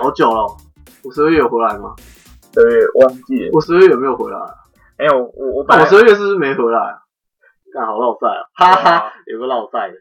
好久了，我十二月有回来吗？对，忘记了。我十二月有没有回来啊？哎、我我我本我来十二月是不是没回来啊？干好落赛 啊！哈哈，有个落赛的。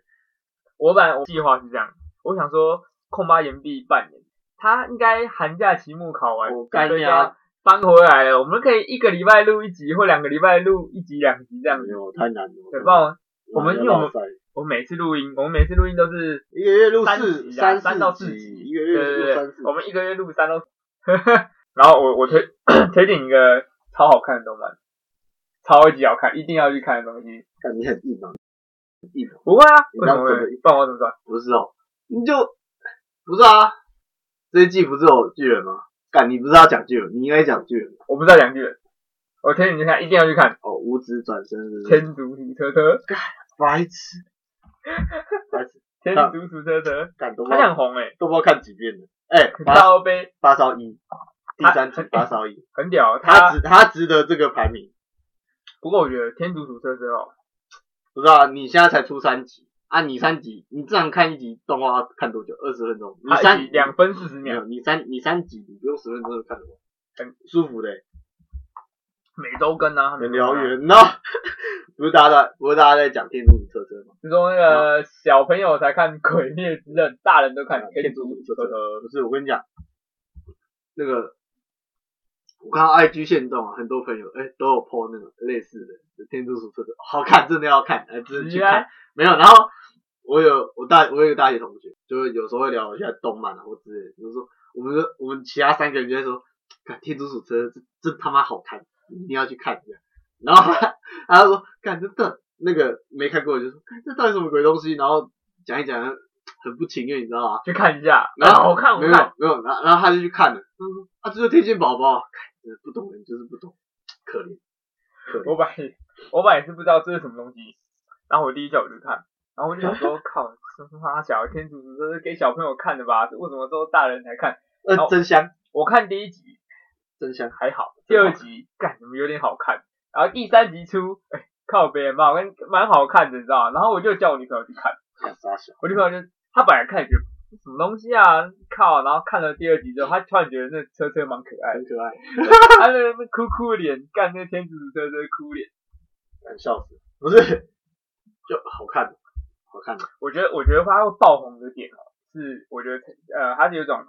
我本来我计划是这样，我想说控巴延毕半年，他应该寒假期末考完，我干对呀呀，搬回来了，我们可以一个礼拜录一集，或两个礼拜录一集两集这样没子，有太难了。对不然我们哪因有为我们落赛我每次录音，我们每次录音都是一个月录三四集啊，三三到四四集，集，一个对月录对三对四，集我。们一个月录三到四， 然后我我推推荐一个超好看的动漫，超级好看，一定要去看的东西。看你很硬啊，很硬啊。不会啊，你为什么知道怎会？不然我怎么说？不是哦，你就不是啊？这一季不是有巨人吗？干，你不是要讲巨人，你应该讲巨人我不知道两句人，我推荐你去看，一定要去看。哦。五指转身是不是？天竺鼠车车，白痴，白痴，天竺鼠车车，干都不知它道很红欸诶、都不知道看几遍了。哎、欸，八罩杯八烧一，第三集他哎八烧一，很屌。他它值他值得这个排名。不过我觉得天竺鼠车车哦，不知道、啊、你现在才出三集啊？你三集，你正常看一集动画要看多久？二十分钟。你它一三嗯集两分四十没有，秒，你三你三集，你不用十分钟就看得完，很舒服的、欸每周更啊，很嗯很疗。愈。那不是大家在不是大家在讲天竺鼠车车吗？就说那个小朋友才看《鬼灭之刃》，大人都看《天竺鼠车车》。不是，我跟你讲，那个我看到 IG 线动啊，很多朋友哎、都有 po 那个类似的天竺鼠车车，好看，真的要看，哎、真的去看。没有，然后我有我大我有一个大学同学，就是有时候会聊一下动漫啊或之类的，就是说我们我们其他三个人就在说，看天竺鼠车这这他妈好看，你一定要去看一下。然后他他就说，看这这那个没看过的就说，看这到底什么鬼东西？然后讲一讲很不情愿，你知道吗？去看一下，然后我看我嗯没有看，没有，然后然后他就去看了，他说啊，这就是天线宝宝，看不懂人就是不懂，可怜。我本来我本来也是不知道这是什么东西，然后我第一下我就看，然后我就 想说，靠，这他妈小天竺鼠车是给小朋友看的吧？为什么都大人才看？呃，真香，我看第一集真香。还好，第二集干怎么有点好看，然后第三集出，哎、靠别人蛮跟蛮好看的，你知道吗？然后我就叫我女朋友去看，傻小，我女朋友就她本来看也觉得这什么东西啊，靠，然后看了第二集之后，她突然觉得那车车蛮可爱的，很可爱，她那那哭哭脸，干那天竺鼠车车哭脸，很笑死。不是，就好看，好看。我觉得我觉得她会爆红的点哦，是我觉得呃，它是有一种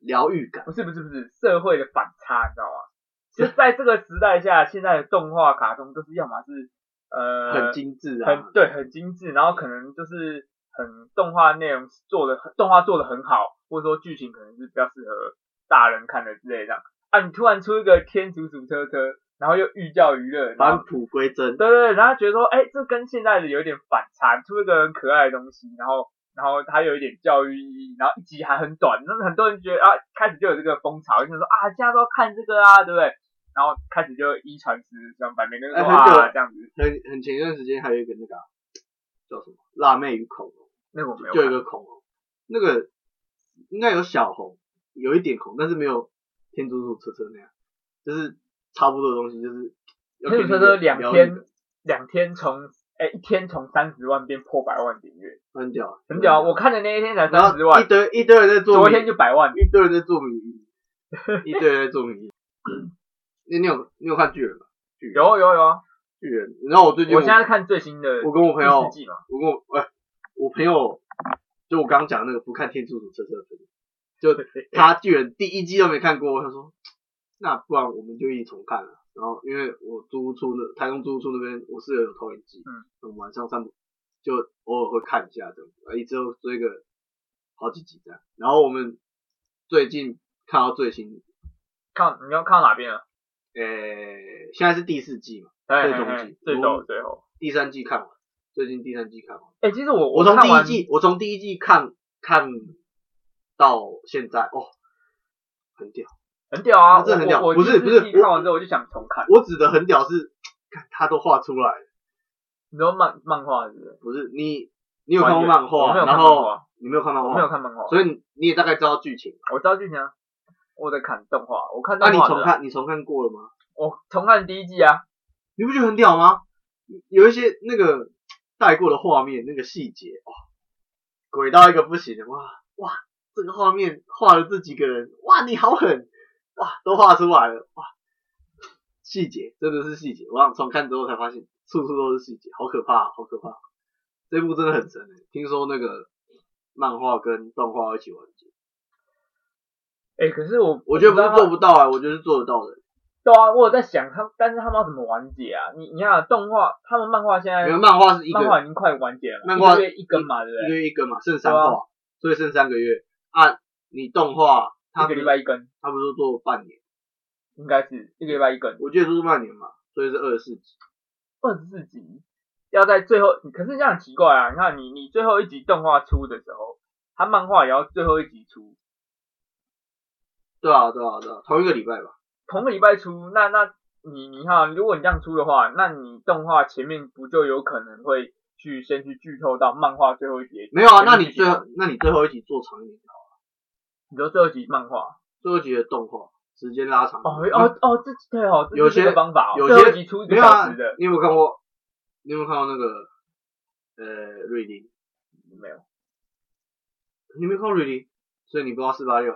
疗愈感，不是不是不是社会的反差，你知道吗？ 就在这个时代下，现在的动画卡通都是要么是呃很精致啊，很对，很精致，然后可能就是很动画内容做的动画做的很好，或者说剧情可能是比较适合大人看的之类的这样。啊，你突然出一个天竺鼠车车，然后又寓教于乐，然返后璞归真对。对对，然后觉得说，哎，这跟现在的有点反差，出一个很可爱的东西，然后然后它有一点教育意义，然后一集还很短，那很多人觉得啊，开始就有这个风潮，就想说啊，现在都要看这个啊，对不对？然后开始就一传十，两百，每个人哎说很久啊这样子，很很前一段时间还有一个那个啊、叫什么《辣妹与恐龙那个我没》，就有有看一。个恐龙，那个应该有小红，有一点红，但是没有天竺鼠车车那样，就是差不多的东西，就是要天竺给你车一个车两疗愈天感，两天从哎、一天从三十万变破百万点阅，很屌啊，很屌啊！我看的那一天才然三十后一万，堆一堆人在做迷，昨天就百万。一堆人在做 迷音，一堆人在做迷音。你你有你有看巨人吗？巨人有有有啊，巨人，你知道我最近我现在看最新的我跟我朋友 第四季嘛，不过，哎、我朋友就我刚刚讲那个不看天竺鼠车车的朋友，就他居然第一季都没看过，我想说，那不然我们就一起重看了。然后因为我租屋处那台中租屋处那边我室友有投影机，嗯，我们晚上散步就偶尔会看一下这样子，啊一周追个好几集这样。然后我们最近看到最新，看你要看到哪边了？呃，现在是第四季嘛，哎最终季哎哎最我后最后。第三季看完，最近第三季看完。哎、其实我我从看第一完季，我从第一季看看到现在，哦，很屌。很屌啊，它真的很屌我我不是我第四季不是看完之后我就想重看。我指的很屌是，看他都画出来了，你说漫漫画是不是？不是你，你有看过完全漫画，我没有然看漫后画，你没有看漫我没有画，看漫画，所以你你也大概知道剧情。我知道剧情啊。我在看动画，我看动那你画重的啊，看，你重看过了吗？我重看第一季啊。你不觉得很屌吗？有一些那个带过的画面，那个细节，哇，鬼到一个不行，哇哇，这个画面画了这几个人，哇，你好狠，哇，都画出来了，哇，细节真的是细节。我想重看之后才发现，处处都是细节，好可怕，好可怕。这部真的很神诶、听说那个漫画跟动画一起完结，哎、可是我我觉得不是做不知道到啊、我觉得是做得到的。他对啊，我有在想他，但是他们要怎么完结啊？你你看啊动画，他们漫画现在因为漫画是一个哎漫画已经快完结了嘛，漫画一个月一根嘛，对不一对？个月一根嘛，剩三对啊画，所以剩三个月啊。你动画他一不个礼是拜一根，他不是做半年，应该是一个礼拜一根，我记得是半年嘛，所以是二十四集。二十四集，要在最后，可是这样很奇怪啊！你看你你最后一集动画出的时候，他漫画也要最后一集出，对啊，对啊，对啊，同一个礼拜吧。同个礼拜出，那那你你看啊，如果你这样出的话，那你动画前面不就有可能会去先去剧透到漫画最后一集？没有啊，前面那你剧最情后，那你最后一集做长一点，啊你说最后一集漫画最后一集的动画时间拉长。哦哦哦，这对哦，这有是些这个方法哦，有最后些一集出一没个有小啊时的，你有没有看过？你有没有看过那个呃瑞林？啊没有，你没看过瑞林，所以你不知道四八六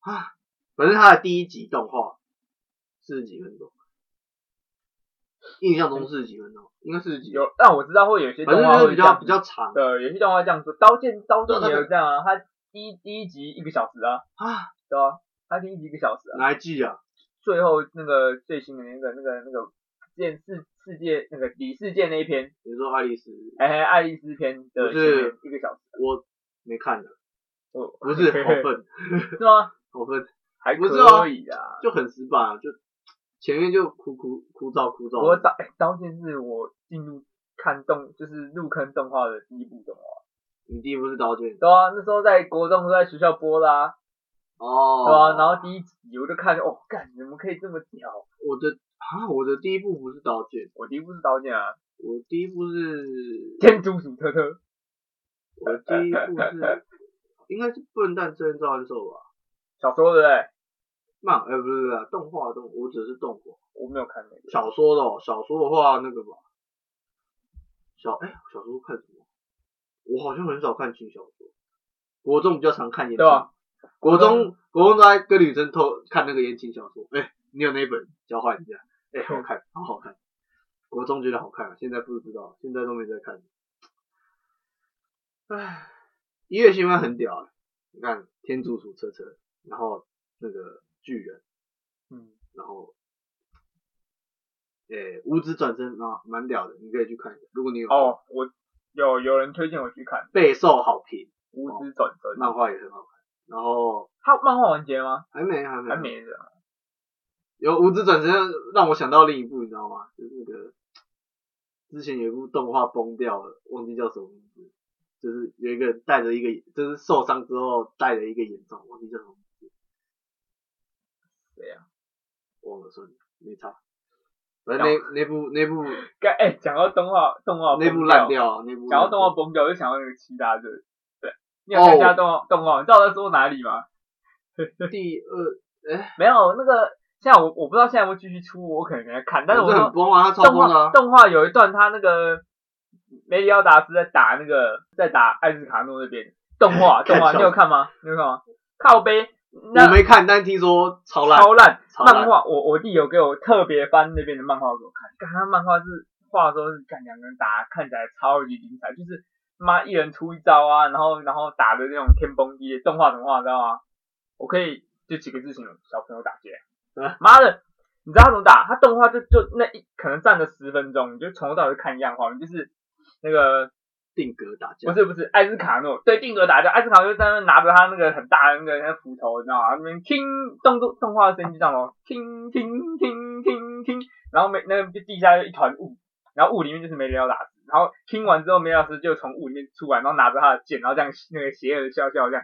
啊。反正他的第一集动画四十几分钟，印象中四十几分钟，应该四十几，有，但我知道会有些反动正画就是会比这样较子比较长对，有些动画这样子，《刀剑》《刀对》剑那也个有这样啊，它第一第一集一个小时啊，啊。对啊，它第一集一个小时啊，哪一季啊？最后那个最新的那个那个那个剑世世界那个里世界那一篇，你说爱丽丝？哎，爱丽丝篇的不是前面一个小时，我没看的，我不是好笨，是吗？好笨，还不是哦可以啊，就很死板啊，就前面就枯枯枯燥枯我燥。刀哎刀剑是我进入看动就是入坑动画的第一部动画，你第一部是刀剑对啊，那时候在国中都在学校播啦、哦，对啊，然后第一集我就看，哦，干怎么可以这么屌？我的啊，我的第一部不是刀剑，我第一部是刀剑啊，我第一部是，天竺鼠特特。我的第一部是应该是《笨蛋真人召唤兽》吧？小说对不对？漫呃不是不是啊动画动，我只是动画我没有看那个。小说的、哦，小说的话那个吧，小哎、小说看什么？我好像很少看轻小说，国中比较常看言情，对啊国中国中都在跟女生偷看那个言情小说，哎、你有那一本交换一下，嗯哎、好看，好好看。国中觉得好看，啊现在不知道，现在都没在看。唉，一月新番很屌、啊，你看天竺鼠车车，然后那个巨人，嗯，然后，诶、五指转身啊，蛮屌的，你可以去看一下。如果你有哦，我有有人推荐我去看《备受好评，无知转身》漫画也很好看。然后它漫画完结吗？还没，还没，还没的。有五指转身让我想到另一部，你知道吗？就是那个之前有一部动画崩掉了，忘记叫什么名字，就是有一个人戴着一个，就是受伤之后戴了一个眼罩，忘记叫什么名字，谁啊？忘了，算了，没差。反正那那部那部该哎，讲到动画，动画那部崩烂，掉了，那部讲到动画烂崩掉，我就想到那个七大罪。对，你有看其他哦动画动画？你知道我在说哪里吗？掉第二，没有，那个现在我我不知道现在会继续出，我可能没看，但是我这很说崩啊，他超动崩的啊、画动画有一段，他那个梅里奥达斯在打那个在打艾斯卡诺那边动 画看动画，小你有看吗？你有看吗？靠背我那没看，但听说超烂。超烂超烂漫画，我我弟有给我特别翻那边的漫画给我看，看他漫画是画的时候是看两个人打，看起来超级精彩，就是妈一人出一招啊，然后然后打的那种天崩地裂，动画怎么画你知道吗？我可以就几个字形容小朋友打劫啊，妈的，你知道他怎么打？他动画就就那一可能站了十分钟，你就从头到尾就看一样画面，就是那个定格打架，不是不是，艾斯卡诺对定格打架，艾斯卡诺就在那拿着他那个很大的那个那个斧头，你知道吗？那边听动作动画的声音就这样咯，听听听听听，然后没那个地下就一团雾，然后雾里面就是梅里奥达斯，然后听完之后梅里奥达斯就从雾里面出来，然后拿着他的剑，然后这样那个邪恶的笑笑这样，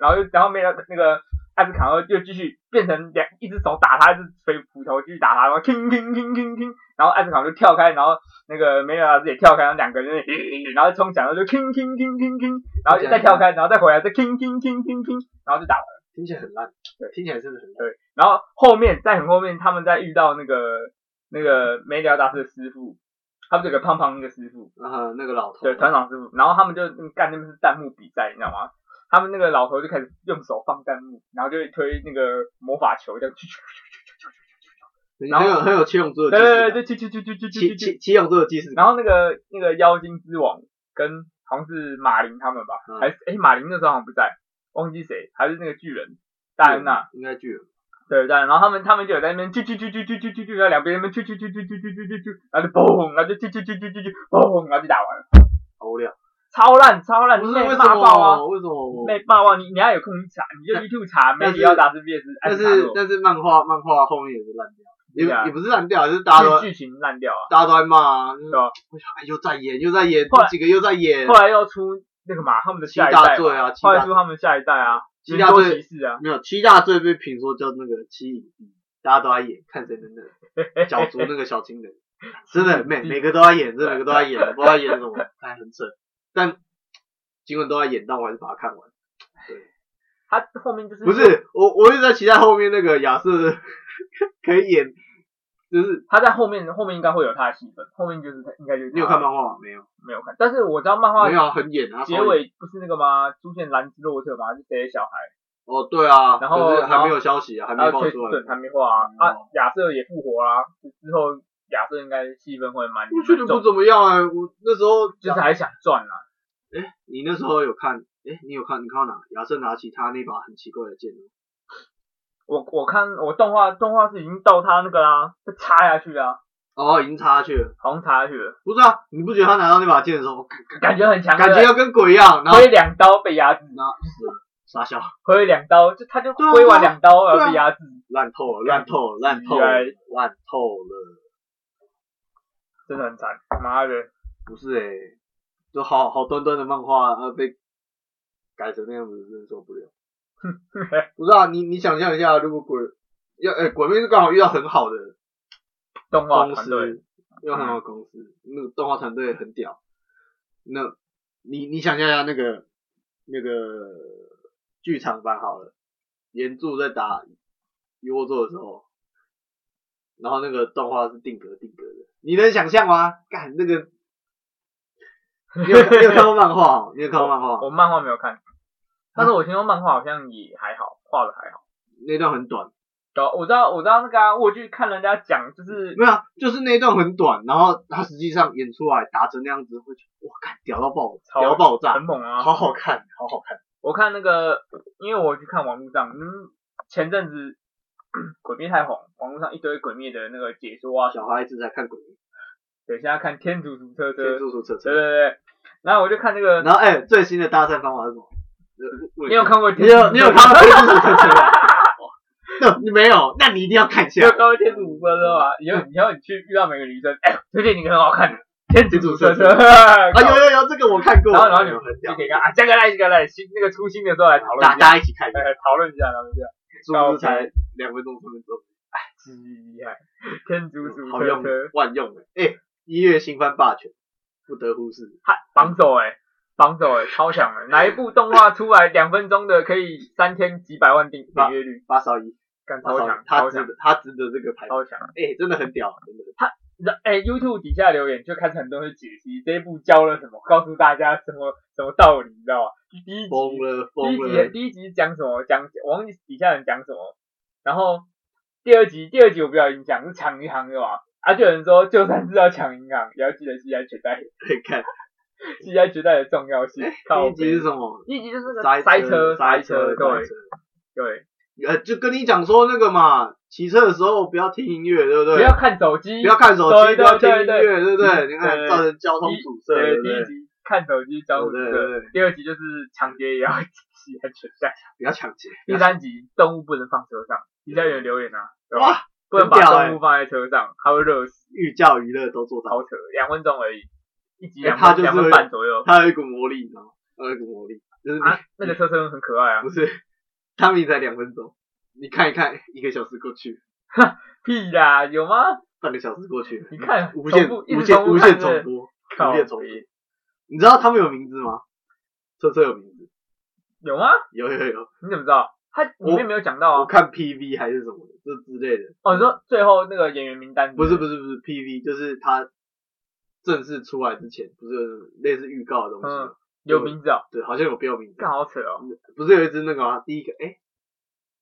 然后又然后梅里奥那个艾斯卡诺又继续变成两一只手打他，一只锤斧头继续打他，然后听听听听听，然后艾斯卡诺就跳开，然后。那个梅尔自己跳开，然后两个人就然后冲起来，然后就 king king king king king，然后就再跳开，然后再回来，再 king king king king king，然后就打完。听起来很烂，对，听起来真的很烂。对，然后后面在很后面，他们在遇到那个那个梅里奥达斯的师傅，他不是有个胖胖那个师傅，啊，那个老头，对，团长师傅，然后他们就嗯干那边是弹幕比赛，你知道吗？他们那个老头就开始用手放弹幕，然后就会推那个魔法球这样，很然后有很有七龙珠对的对对机对，去去去制去去去感，七七去。七龙珠的机制感，然后那个那个妖精之王跟好像是马林他们吧，嗯还是诶马林那时候好像不在，忘记谁，还是那个巨人戴安娜，应该巨人，对，但然后他们他们就有在那边啾啾啾啾啾啾啾啾，然后两边那边啾啾啾啾啾啾啾啾啾，然后就嘣，然后就啾啾啾啾啾啾，嘣，然后就打完了，好无聊。超烂超烂，不你是被为什骂爆啊！么？为什么？被骂爆，你你要有空去查，你就 YouTube 查哦但是梅里奥达斯 VS 安但斯塔是洛，但是漫画漫画后面也是烂掉，也对啊也不是烂掉，就是大家都剧剧情烂掉啊。大家都在骂啊，就是对啊我想哎又在演又在演，后来这几个又在演后，来又出那个嘛，他们的七下一代大罪嘛，啊，七后来大出他们下一代啊，七云大多罪骑士啊，没有七大罪被评说叫那个七影帝，大家都在演，看谁能那个角逐那个小情人，真的每每个都在演，真的每个都在演，不知道演什么，哎很扯，但新闻都在演，但我还是把它看完。他后面就是不是我，我一直在期待后面那个亚瑟 可以演，就是他在后面后面应该会有他的戏份，后面就是应该就是你有他看漫画吗？没有，没有看，但是我知道漫画没有啊很演啊。结超演尾不是那个吗？出现兰芝洛特吗？还是谁的小孩？哦，对啊，然后可是还没有消息啊，还还没有爆崔出斯来。顿还没画啊嗯，啊，亚瑟也复活啦，之后亚瑟应该戏份会蛮我觉得蛮不重，怎么样啊，我那时候就是还想赚啦。啊你那时候有看，哎，你有看，你看到哪？亚瑟拿起他那把很奇怪的剑，我我看我动画动画是已经到他那个啦，就插下去啦，哦，已经插下去了。好像插下去了，不是啊，你不觉得他拿到那把剑的时候，感感觉很强，感觉对不要跟鬼一样，然啊对后挥两刀被压制，然后死了，傻笑，挥两刀就他就对啊挥完两刀对啊然后被压制，烂透了，烂透了，烂透了，烂透了。真的很惨，妈的，不是哎、就好好端端的漫画，呃，被改成那样子，真的受不了。不是啊，你你想象一下，如果鬼要哎、鬼妹是刚好遇到很好的动画公团队嗯司，遇到很好的公司，那个动画团队很屌。那你你想象一下那个那个剧场版好了，原著在打一窝座的时候，然后那个动画是定格定格的，你能想象吗？干那个，你有你有看过漫画哦？你有看过漫画哦？ 我漫画没有看，但是我听说漫画好像也还好，画的还好。那段很短，对啊，我知道，我知道那个、啊，我去看人家讲，就是没有啊，就是那一段很短，然后它实际上演出来打成那样子，会觉得哇，干屌到爆，超屌到爆炸很，猛啊！好好看，好好看。我看那个，因为我去看网络上，嗯，前阵子 鬼灭太红，网络上一堆鬼灭的那个解说啊，小孩子才看鬼灭，等一下看天竺鼠车车，天对竺鼠车对车。对，然后我就看那个，呃然后哎、最新的搭讪方法是什么？呃你有？看过你天竺鼠车有车？你有看 过天竺鼠车车吗？那你没有，那你一定要看一你下有。看过天竺鼠车车吗？以后以后你去遇到每个女生，哎，推荐你一个很好看的天竺鼠车车， 啊，有有有，这个我看过。然后然后你们很就屌可，以看啊，加个来，加个来，新那个出新的时候来讨论大一下，家一起看，哎讨论一下，讨论一下，是不是才两分钟、三分钟？巨厉害，天竺鼠好车用车，，万用的。哎、一月新番霸权，不得忽视。他榜首哎、榜首哎、超强哎、哪一部动画出来两分钟的可以三天几百万订订阅率，八少一，干八超少一强，啊他超值强，得，他值得这个排名。超强。哎、真的很屌，真的。你知道哎、y o u t u b e 底下留言就开始很多人解析这一部教了什么，告诉大家什么什么道理，你知道吗？第一集疯了，第疯一集了。第一集讲什么？讲我忘记底下人讲什么。然后第二集第二集我比较有印象是抢银行的嘛，啊就有人说就算知道抢银行，也要记得系安全带，可以看系安全带的重要性。哎第靠一集是背什么？第一集就是那塞个塞车，塞车，塞对车。对，呃，就跟你讲说那个嘛，骑车的时候不要听音乐，对不对？不要看手机，不要看手机，对不要听对音对对乐，对不对？嗯你看对造成交通阻塞，对对，不第对一？集看手机交通对对对对第二集就是抢劫也要系安全 带，不要抢劫。第三集动物不能放车上，底下有人留言啊，对吧？哇，不能把很屌欸动物放在车上，它会热死，寓教于乐都做到超了，扯，两分钟而已，一集欸两它就是分两分半左右它有一股魔力，你知道吗？它有一股魔力，就是你啊，那个车车很可爱啊不，是，他们也才两分钟，你看一看，一个小时过去，屁啦，有吗？半个小时过去，你看无限重复一直无限无重复看限是不是重播，靠无限重播。你知道他们有名字吗？车车有名字，有吗？有有有，你怎么知道？它里我面没有讲到我啊。看 PV 还是什么的，这之类的。哦，你说最后那个演员名单不是不是，是不是 PV，就是它正式出来之前，不是有那种类似预告的东西吗，嗯有名字哦，对，好像有标明干好扯哦，不是有一只那个吗？第一个，哎、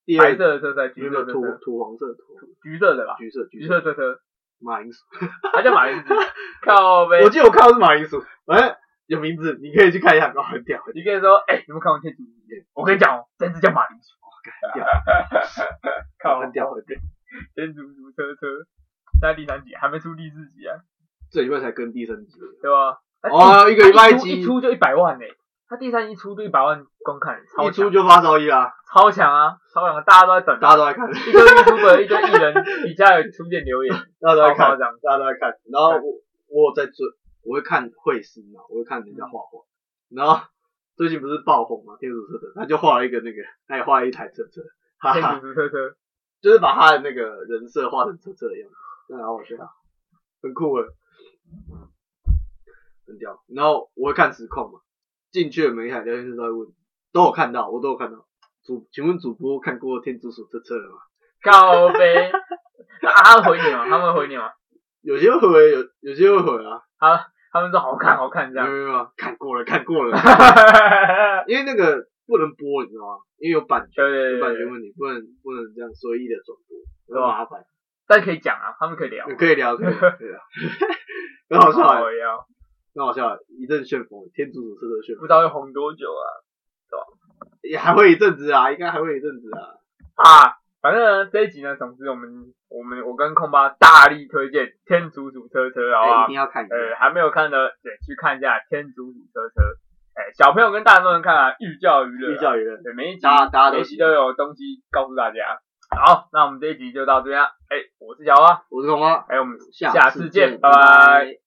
第白二个色的车车，有橘一色个的土车，土黄色、土橘色的吧，橘色、橘橘色色车车，马铃薯。它叫马铃 薯，靠呗我。记得我看到是马铃薯，反正有名字，你可以去看一下，哦，很屌，很你可以说，哎，你有没有看过《天竺鼠对》？我跟你讲哦，这只叫马铃薯，屌， 靠，很屌，很屌。天竺鼠车车。在第三集还没出第四集啊，这礼拜才更第三集，对吧？哎哦，一个礼拜一出集，一出就一百万呢、他第三一出就一百万观看，超一出强，就发烧一啦，超强啊，超强，大家都在等 啊，大家都在看，一堆 YouTuber 一堆艺人底下有出现留言，大家都超在看夸，张，大家都在看。然后我我有在追，我会看绘师嘛，我会看人家画画。然后最近不是爆红嘛，天竺车车，他就画了一个那个，他也画了一台车车，哈天哈，竺鼠车车，就是把他的那个人设画成车车的样子，那然后我觉得很酷诶，很屌。然后我会看实况嘛，进去的每一台聊天室都会问，都有看到，我都有看到。主，请问主播看过天竺鼠车车了吗？靠呗，那啊他们回你吗？他们会回你吗？有些会回，有有些会回啊，他他们说好看好看这没有样，没有没有，看过了看过了。对因为那个不能播，你知道吗？因为有版权， 对有对版对权对，问题，不能不能这样随意的转播，对啊很麻吧烦。但可以讲啊，他们可以聊，可以聊，可以 聊，可以聊，很好笑欸，好呀，很好笑欸，一阵旋风，天竺鼠车车旋不风，知道会红多久啊也还会一阵子啊，应该还会一阵子啊。啊！反正呢这一集呢，总之我们我们我跟空巴大力推荐《天竺鼠车车》，好不哎好一？定要看一下，呃，还没有看的，对，去看一下《天竺鼠车车》。哎，小朋友跟大人都能看啊，寓教于乐啊。寓教于乐。对，每一集大家大家都每一集都有东西告诉大家。好，那我们这一集就到这边啊。哎，我是小花，我是龙猫，哎，我们下下次次见，见，拜拜。拜